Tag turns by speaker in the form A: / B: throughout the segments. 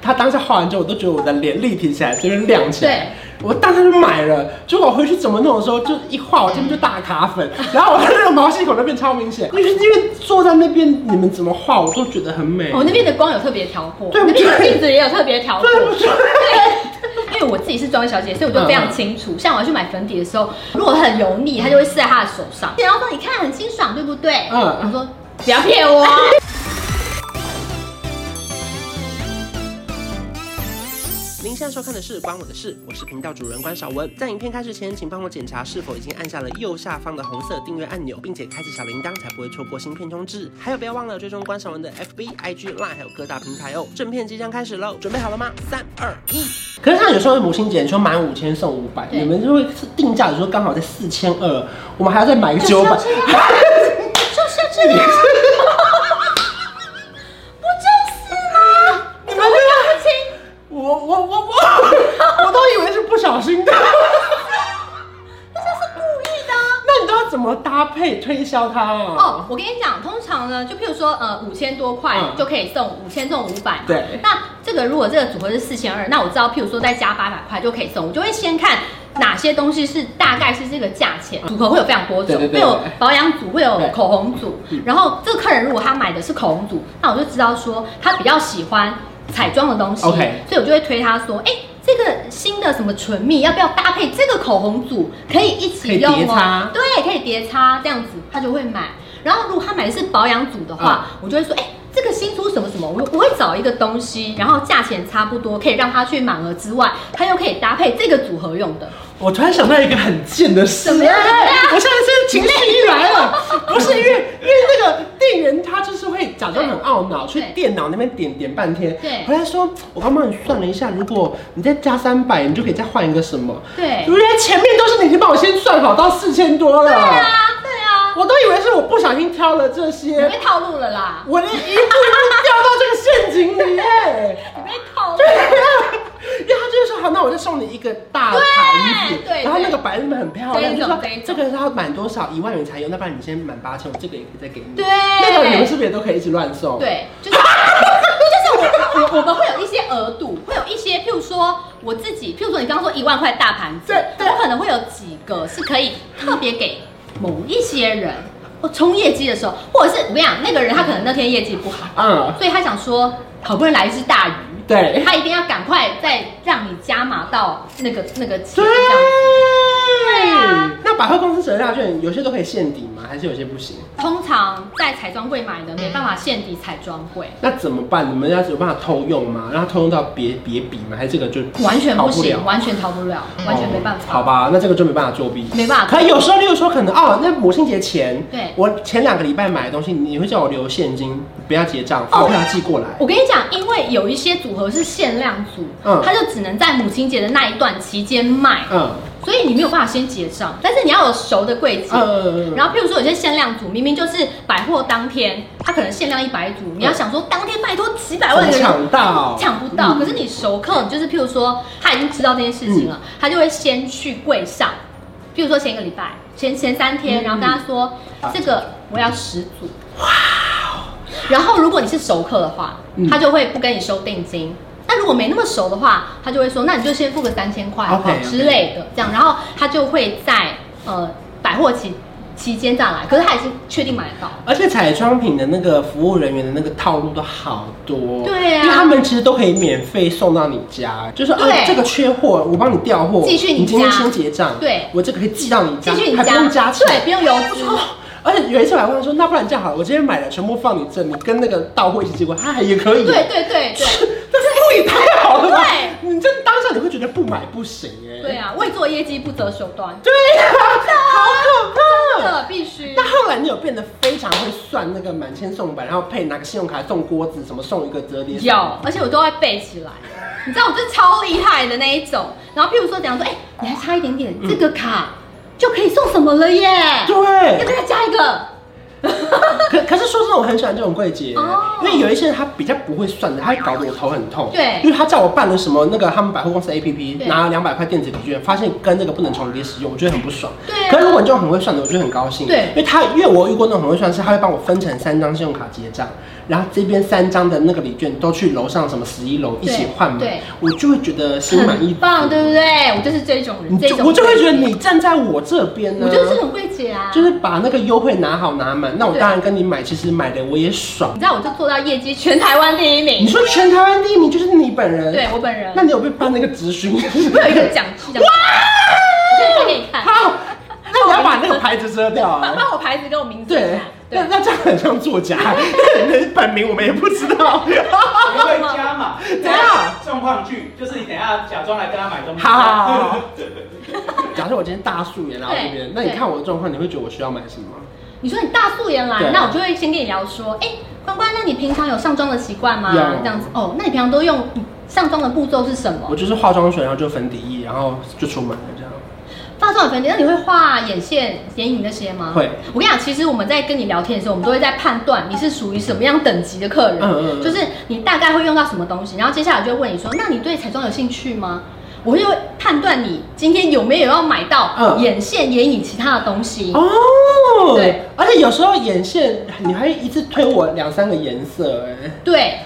A: 他当下画完之后，我都觉得我的脸立体起来，这边亮起
B: 对
A: 来。我当下就买了，结果我回去怎么弄的时候，就一画，我这边就大卡粉，然后我的那个毛细孔那边超明显。因为因为坐在那边，你们怎么画我都觉得很美。
B: 哦我那边的光有特别调过，
A: 对
B: 那边的
A: 对
B: 镜子也有特别调过。
A: 对不嗯对？
B: 因为我自己是妆小姐，所以我就非常清楚。像我要去买粉底的时候，如果很油腻，它就会试在她的手上，然后说你看很清爽，对不对？
A: 嗯
B: 我说不要骗 我。
A: 您现在收看的是《关我的事》，我是频道主人关少文。在影片开始前，请帮我检查是否已经按下了右下方的红色订阅按钮，并且开启小铃铛，才不会错过新片通知。还有，不要忘了追踪关少文的 FB、IG、Line，还有各大平台哦。正片即将开始喽，准备好了吗？三、二、一。可是他有时候母亲节，你说满五千送五百，
B: 对
A: 你们就会定价，有时候刚好在四千二，我们还要再买个九百
B: 就。是要这样，就是要这样，不就是吗？你
A: 啊
B: 们搞不清。
A: 我我我我，我都以为是不小心 的。
B: 故意的啊。
A: 那你都要怎么搭配推销它啊？
B: 哦，我跟你讲，通常呢，就譬如说，呃，五千多块
A: 嗯
B: 就可以送五千送五百，
A: 对
B: 那这个如果这个组合是四千二，那我知道，譬如说再加八百块就可以送，我就会先看哪些东西是大概是这个价钱，组合会有非常多种，
A: 嗯对对对嗯
B: 会有保养组，会有
A: 对
B: 口红组，然后这个客人如果他买的是口红组，那我就知道说他比较喜欢彩妆的东西
A: OK
B: 所以我就会推他说，哎、这个新的什么唇蜜要不要搭配这个口红组？可以一
A: 可以
B: 起用
A: 叠
B: 哦
A: 擦。
B: 对，可以叠擦这样子，他就会买。然后如果他买的是保养组的话，我就会说，哎、这个新出什么什么，我我会找一个东西，然后价钱差不多，可以让他去满额之外，他又可以搭配这个组合用的。
A: 我突然想到一个很贱的事，
B: 怎么样
A: 哎
B: 怎么样
A: 我现在是情绪一来了，不是因为 因为那个店员他就是会假装很懊恼，去电脑那边点点半天，
B: 对
A: 回来说我刚帮你算了一下，如果你再加三百，你就可以再换一个什么，
B: 对
A: 原来前面都是你已经帮我先算好到四千多了，
B: 对啊，对啊，
A: 我都以为是我不小心挑了这
B: 你
A: 些，
B: 被套路了啦，
A: 我的一步一步掉到这个陷阱里面。哎
B: 你被套路
A: 对
B: 了。
A: 因为他就是说好，那我就送你一个大牌子
B: 对，对
A: 然后那个白日梦很漂
B: 对
A: 亮，
B: 这
A: 就
B: 种
A: 说
B: 这种
A: 这个要满多少一万元才有，那不然你先满八千，我这个也可以再给你。
B: 对
A: 那种你们是不是也都可以一直乱送？，
B: 对，就是就是我我我们会有一些额度，会有一些，譬如说我自己，譬如说你刚刚说一万块大盘子，
A: 对对
B: 我可能会有几个是可以特别给某一些人，我冲业绩的时候，或者是我跟你讲，那个人他可能那天业绩不好，
A: 嗯，
B: 所以他想说好不容易来一只大鱼。
A: 对，
B: 他一定要赶快再让你加码到那个那个钱，
A: 对
B: 这样子。。啊
A: 那百货公司折价券有些都可以限底吗？还是有些不行？
B: 通常在彩妆柜买的没办法限底彩妆柜，
A: 那怎么办？你们要是有办法偷用吗？让它偷用到别别笔吗？还是这个就
B: 完全
A: 逃
B: 不
A: 不
B: 行，
A: 了
B: 完全逃不了，完全没办法。
A: 哦好吧，那这个就没办法作弊。
B: 没办法。
A: 可有时候，例如说，可能哦，那母亲节前，
B: 对
A: 我前两个礼拜买的东西，你会叫我留现金，不要结账，发
B: 哦
A: 票寄过来。
B: 我跟你讲，因为有一些组合是限量组，
A: 嗯
B: 它就只能在母亲节的那一段期间卖，
A: 嗯
B: 所以你没有办法先结账。但是你要有熟的柜姐，
A: 嗯，
B: 然后譬如说有些限量组，明明就是百货当天，它可能限量一百组，
A: 嗯
B: 你要想说当天拜托几百
A: 怎
B: 万
A: 么
B: 个人
A: 抢到，
B: 抢不
A: 嗯
B: 到，可是你熟客，就是譬如说他已经知道这件事情了，
A: 嗯
B: 他就会先去柜上，譬如说前一个礼拜，前前三天，
A: 嗯
B: 然后跟他说、
A: 啊
B: 这个我要十组，哇，然后如果你是熟客的话，
A: 哦嗯
B: 他就会不跟你收定金。那如果没那么熟的话，他就会说，那你就先付个三千块好不好
A: OK，OK
B: 之类的，这样，然后他就会在呃百货期期间再来，可是他也是确定买得到。
A: 而且彩妆品的那个服务人员的那个套路都好多，
B: 对啊
A: 因为他们其实都可以免费送到你家，就是说，
B: 对
A: 呃，这个缺货，我帮你调货，
B: 寄去你
A: 你今天
B: 家
A: 先结账，
B: 对
A: 我这个可以寄到你家，
B: 进去你
A: 还不
B: 家，
A: 用加钱，
B: 对，不用邮资。
A: 而且有一次我还问他说，那不然这样好了，我今天买的全部放你这，你跟那个到货一起寄过来，他啊还也可以。
B: 对对对对。
A: 那服务也太好了吧？
B: 对
A: 你这当下你会觉得不买不行哎。
B: 对啊，为做业绩不择手段，
A: 对呀、好
B: 真
A: 可怕。
B: 的必须
A: 那。后来你有变得非常会算那个满千送百，然后配哪个信用卡送锅子，什么送一个折叠
B: 有，而且我都会背起来。你知道我就是超厉害的那一种。然后譬如说，讲说，哎、你还差一点点，这个卡就可以送什么了耶？
A: 对
B: 要不要加一个？
A: 可可是说真的，我很喜欢这种柜姐
B: 哦，
A: 因为有一些人他比较不会算的，他会搞得我头很痛。
B: 对
A: 因为他叫我办了什么那个他们百货公司 APP
B: 对
A: 拿了两百块电子礼券，发现跟那个不能重叠使用，我觉得很不爽。
B: 对啊
A: 可是如果你就很会算的，我就很高兴。
B: 对
A: 因为他因为我遇过那种很会算，是他会帮我分成三张信用卡结账，然后这边三张的那个礼券都去楼上什么十一楼一起换嘛
B: 对，
A: 我就会觉得心满意
B: 很
A: 足。
B: 棒，对不对？我就是这种
A: 你
B: 人，这
A: 就
B: 种
A: 我就会觉得
B: 人
A: 你站在我这边呢、
B: 我就是很会解啊，
A: 就是把那个优惠拿好拿满，那我
B: 对
A: 当然跟你买，其实买的我也爽
B: 你。知道，我就做到业绩全台湾第一
A: 你
B: 名，
A: 说全台湾第一名就是你本人，
B: 对我本人，
A: 那你有被颁那个职勋？
B: 我有一个奖奖，我给你看，
A: 好，那我要把那个牌子遮掉
B: 帮
A: 啊。
B: 帮我牌子跟我名字一
A: 对
B: 下，，对
A: 那，那这样很像作家，那 你的本名我们也不知 道。
C: 你会加码，
A: 怎样？
C: 状况剧就是你等一下假装来跟他买东西。
A: 好好好好假设我今天大素颜来到这边
B: 对，
A: 那你看我的状况，你会觉得我需要买什么吗？
B: 你说你大素颜来
A: 对，
B: 那我就会先跟你聊说，哎，关关，那你平常有上妆的习惯吗？
A: 有
B: 这样子哦，那你平常都用嗯上妆的步骤是什
A: 我
B: 么？
A: 就是化妆水，然后就粉底液，然后就出门了这样。
B: 化妆有粉底，那你会画眼线、眼影那些吗？
A: 会。
B: 我跟你讲，其实我们在跟你聊天的时候，我们都会在判断你是属于什么样等级的客人，
A: 嗯嗯嗯
B: 就是你大概会用到什么东西，然后接下来就会问你说，那你对彩妆有兴趣吗？我就会判断你今天有没有要买到
A: 嗯
B: 眼线、眼影其他的东西。
A: 哦，
B: 对，
A: 而且有时候眼线你还一次推我两三个颜色，哎，
B: 对，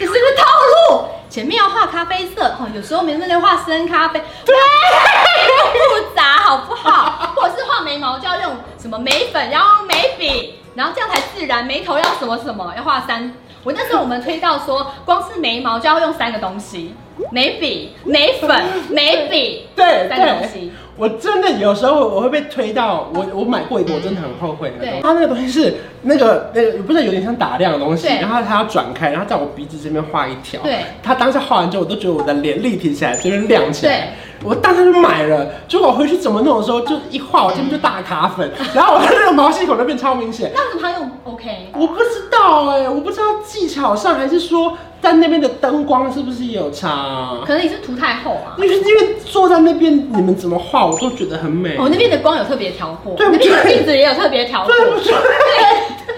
B: 这是个套路。前面要画咖啡色，哦，有时候眉毛要画深咖啡，对，复杂好不好？ 或者是画眉毛就要用什么眉粉，然后眉笔，然后这样才自然。眉头要什么什么，要画三。我那时候我们推到说，光是眉毛就要用三个东西：眉笔、眉 粉、眉笔，
A: 对
B: 三个东
A: 对。，
B: 西
A: 我真的有时候我会被推到，我我买过一个，我真的很后悔的东西
B: 对。
A: 它那个东西是那个那个不是有点像打亮的东西，
B: 对
A: 然后它要转开，然后在我鼻子这边画一条。
B: 对，
A: 它当时画完之后，我都觉得我的脸立体起来，这边亮起来
B: 对。
A: 我当时就买了，结果我回去怎么弄的时候，就一画我这边就大卡 粉，然后我的那个毛细孔那边超明显。
B: 那为什么他用 OK？
A: 我不知道哎、我不知道技巧上还是说在那边的灯光是不是也有差、啊？
B: 可能你是涂太厚啊。
A: 因为因为坐在那边，你们怎么画我都觉得很美，
B: 哦我、那边的光有特别调过，
A: 对
B: 那边的
A: 对
B: 镜子也有特别调过。
A: 对不对？
B: 对，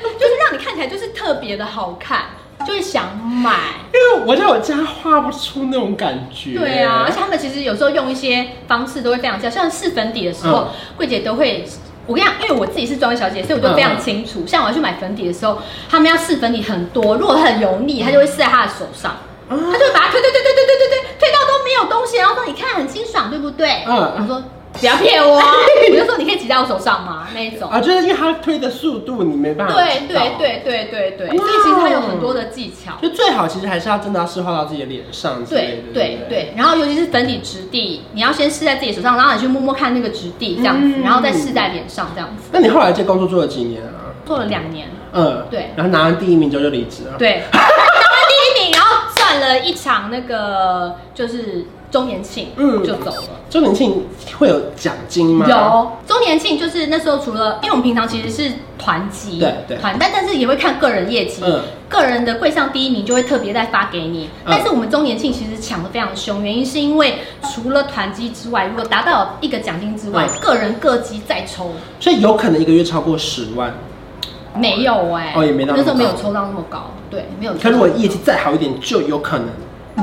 B: 就是让你看起来就是特别的好看，就会想买。
A: 因为我在我家画不出那种感觉。
B: 对啊，而且他们其实有时候用一些方式都会非常像，像试粉底的时候
A: 嗯，
B: 柜、姐都会。我跟你讲，因为我自己是妆小姐，所以我就非常清
A: 嗯
B: 楚。像我要去买粉底的时候，他们要试粉底很多，如果很油
A: 嗯
B: 腻，他就会试在他的手上，
A: 啊
B: 他就会把它推推推推推推推推推到都没有东西，然后说你看很清爽，对不对？
A: 嗯
B: 我说不要骗我，啊我就说你可以挤在我手上吗？那一种。
A: 啊，就是因为它推的速度你没办法。
B: 对对。对对对对，所以其实它有很多的技巧。
A: 就最好其实还是要真的要试画到自己的脸上之类
B: 对
A: 的。
B: 对
A: 不。
B: 对，然后尤其是粉底质地，你要先试在自己手上，然后你去摸摸看那个质地这样子，
A: 嗯
B: 然后再试在脸上这样子，
A: 那你后来这工作做了几年啊？
B: 做了两年，
A: 嗯，
B: 对
A: 然后拿完第一名之后就离职了。，
B: 对，拿了第一名，然后赚了一场那个就是周年庆，
A: 嗯
B: 就走了。
A: 周年庆会有奖金吗？。
B: 有周年庆，就是那时候除了，因为我们平常其实是团级，
A: 对对
B: 团，但但是也会看个人业绩，
A: 嗯
B: 个人的柜上第一名就会特别再发给你。
A: 嗯
B: 但是我们周年庆其实抢的非常凶，原因是因为除了团级之外，如果达到一个奖金之外，
A: 嗯
B: 个人各级再抽，
A: 所以有可能一个月超过十万。
B: 没有哎、
A: 哦也没到那么
B: 那时候没有
A: 高
B: 抽到那么高，对，没有抽到。
A: 可如果业绩再好一点，就有可能。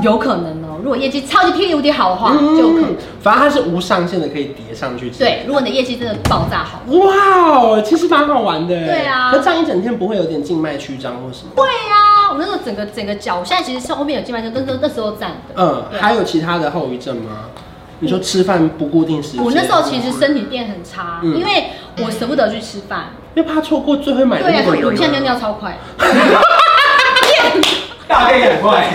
B: 有可能哦、如果业绩超级霹雳无敌好的话，啊就有可能。
A: 嗯反正它是无上限的，可以叠上去。
B: 对，。如果你的业绩真的爆炸好，
A: 哇哦，其实蛮好玩的。
B: 对啊
A: 可这样一整天不会有点静脉曲张或什么？
B: 会啊，我那时候整个整个脚，我现在其实是后面有静脉针，那时候那时候站的。
A: 嗯，
B: 对
A: 还有其他的后遗症吗？你说吃饭不固定时间，
B: 我那时候其实身体变很差，
A: 嗯
B: 因为我舍不得去吃饭。
A: 因为怕错过最会买的
B: 对
A: 那
B: 啊，
A: 种人啊
B: 我现在尿尿超快。
C: 大便很快，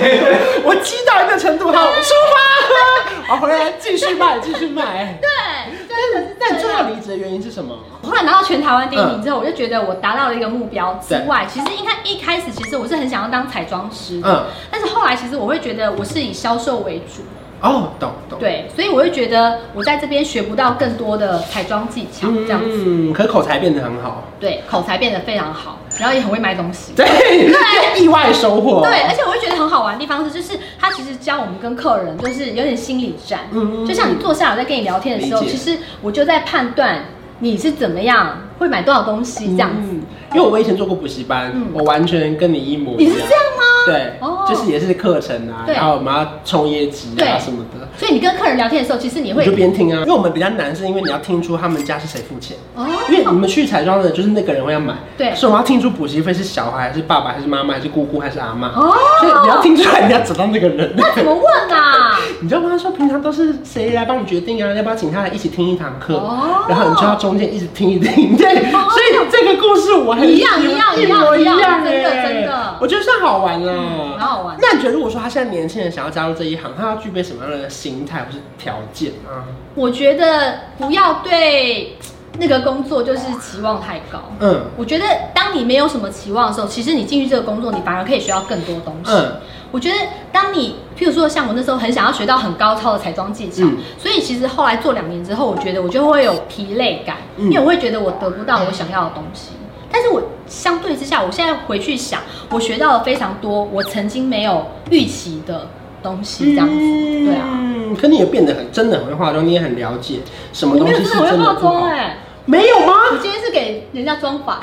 A: 我激到一个程度，好出发，我 回来继续卖，继续卖。
B: 对，真的是
A: 那你
B: 这
A: 最
B: 样
A: 后。离职的原因是什么？
B: 后来拿到全台湾第一
A: 嗯
B: 名之后，我就觉得我达到了一个目标之外，其实应该一开始其实我是很想要当彩妆师的，
A: 嗯，
B: 但是后来其实我会觉得我是以销售为主，
A: 哦，懂懂。，
B: 对，所以我会觉得我在这边学不到更多的彩妆技巧，这样子，
A: 嗯，可口才变得很 好，
B: 对，口才变得非常好，然后也很会卖东西。
A: 对， 意外收获。
B: 对，而且我会觉得很好玩的地方是，就是他其实教我们跟客人就是有点心理战，
A: 嗯嗯嗯
B: 就像你坐下来我在跟你聊天的时候，
A: 理解
B: 其实我就在判断你是怎么样会买多少东西这样子。
A: 嗯因为我以前做过补习班，
B: 嗯
A: 我完全跟你一模一
B: 你
A: 样。
B: 是这样吗？
A: 对，
B: 哦
A: 就是也是课程啊，
B: 对
A: 然后我们要冲业绩啊
B: 对
A: 什么的，
B: 所以你跟客人聊天的时候，其实你
A: 你
B: 会
A: 就边听啊。因为我们比较难，是因为你要听出他们家是谁付钱。因为你
B: 哦，
A: 们去彩妆的，就是那个人会要买，
B: 对
A: 所以我要听出补习费是小孩还是爸爸还是妈妈还是姑姑还是阿妈，
B: 哦
A: 所以你要听出来，你要找到那个人。
B: 那怎么问啊？
A: 你就跟他说，平常都是谁来帮你决定啊？要不要请他来一起听一堂课？
B: 哦
A: 然后你就要中间一直听一听，对。
B: 哦
A: 所以这个故事我很
B: 一样一样
A: 一模
B: 一样
A: 样
B: 真的
A: 哎
B: 真的
A: 我觉得算好玩啦，
B: 蛮好玩的。
A: 那你觉得如果说他现在年轻人想要加入这一行，他要具备什么样的心态或是条件啊？
B: 我觉得不要对那个工作就是期望太高。
A: 嗯
B: 我觉得当你没有什么期望的时候，其实你进去这个工作，你反而可以学到更多东西。
A: 嗯
B: 我觉得当你，譬如说像我那时候很想要学到很高超的彩妆技巧，
A: 嗯
B: 所以其实后来做两年之后，我觉得我就会有疲累感，
A: 嗯
B: 因为我会觉得我得不到我想要的东西。但是我相对之下，我现在回去想，我学到了非常多我曾经没有预期的东西，这样子，对啊。
A: 嗯，可你也变得很真的很会化妆，你也很了解什么
B: 我
A: 东
B: 没有
A: 西
B: 真
A: 是
B: 的很
A: 真
B: 会
A: 的
B: 化
A: 不
B: 妆
A: 好。
B: 哎、
A: 没有吗？
B: 我今天是给人家妆法，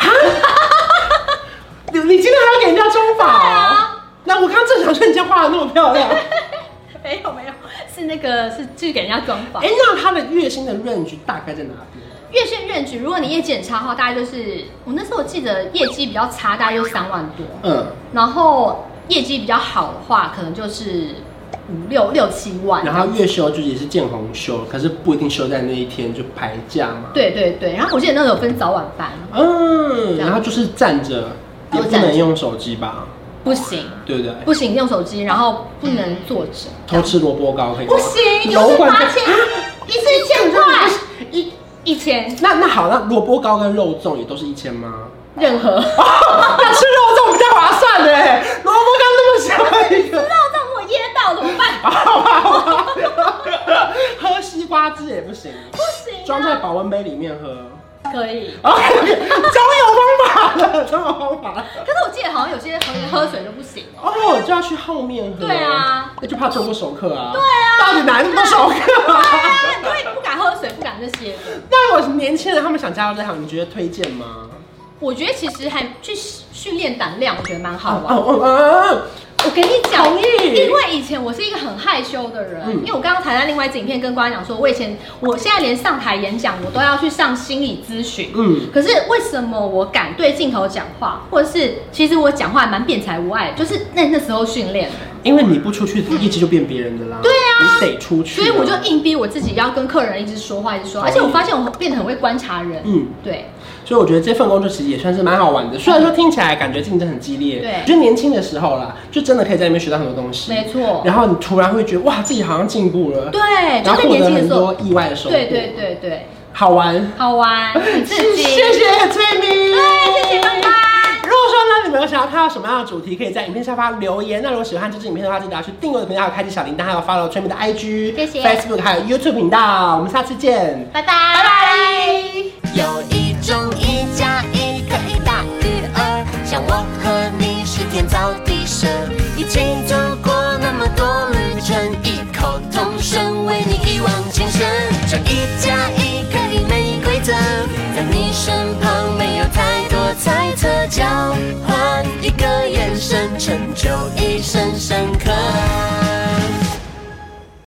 A: 你你今天还要给人家妆法、
B: 对啊？
A: 那我刚刚正想说你今天画的那么漂亮。
B: 没有没有，是那个是去给人家妆法
A: 哎、。那他的月薪的 range 大概在哪边？
B: 月线任局，如果你业绩很差的话，大概就是我那时候我记得业绩比较差，大概就三万多，
A: 嗯，
B: 然后业绩比较好的话，可能就是五六六七万。
A: 然后月休就是也是见红休，可是不一定休在那一天，就排假嘛。，
B: 对对对，然后我记得那时候有分早晚班，
A: 嗯，
B: 这样
A: 然后就是站着，也
B: 都
A: 不
B: 站着
A: 能用手机吧，
B: 不行
A: 对不对？
B: 不行，用手机，然后不能坐着，
A: 偷吃萝卜糕可以吗？
B: 不行，就
A: 楼
B: 是
A: 管
B: 罚
A: 在啊
B: 钱一次一千块，一一千，
A: 那那好，那萝卜糕跟肉粽也都是一千 吗？
B: 任何。啊
A: 啊那吃肉粽比较划算的哎，萝卜糕那么小一个。
B: 那让我噎到怎么办？
A: 好吧，好吧， 喝西瓜汁也不行，
B: 不行、啊，
A: 装在保温杯里面喝。
B: 可以。
A: OK，终于哦有方法了，终于有方法了。
B: 可是我记得好像有些喝喝水就不行哦。
A: 哦，就要去后面喝。
B: 对啊，
A: 那就怕错过熟客啊。对到
B: 啊
A: 底哪那么多 熟客啊？
B: 啊，因为不敢喝水，不敢这些。
A: 那我是年轻人，他们想加入这行，你觉得推荐吗？
B: 我觉得其实还去训练胆量，我觉得蛮好
A: 哦
B: 玩。
A: 哦哦，
B: 我跟你讲，
A: 同意
B: 因为以前我是一个很害羞的人，
A: 嗯
B: 因为我刚刚谈到另外一支影片跟观众讲说，我以前我现在连上台演讲我都要去上心理咨询。
A: 嗯
B: 可是为什么我敢对镜头讲话，或者是其实我讲话还蛮辩才无碍，就是那那时候训练的。
A: 因为你不出去，业绩就变别人的啦。对啊，你得出去
B: 所
A: 啊。
B: 以我就硬逼我自己要跟客人一直说话，一直说
A: 哦
B: 话，而且我发现我变得很会观察人。
A: 嗯。
B: 对，
A: 所以我觉得这份工作其实也算是蛮好玩的，虽然说听起来感觉竞争很激烈，
B: 对
A: 就年轻的时候啦，就真的可以在那边学到很多东西，
B: 没错
A: 然后你突然会觉得哇，自己好像进步了，
B: 对，就
A: 嗯然后
B: 在
A: 获
B: 哎年
A: 得
B: 轻的
A: 很
B: 时候
A: 多，意外的收获，
B: 对对，对对，
A: 好玩。
B: 好玩，很刺激。
A: 谢谢翠明，
B: 对谢谢拜拜。
A: 如果说呢，你们有想要看到什么样的主题，可以在影片下方留言。那如果喜欢这支影片的话，记得要去订阅我的频道，还有开启小铃铛，还有 follow 崔明的 IG、
B: 谢谢
A: Facebook 还有 YouTube 频道。我们下次见。
B: 拜拜。
D: 有一种音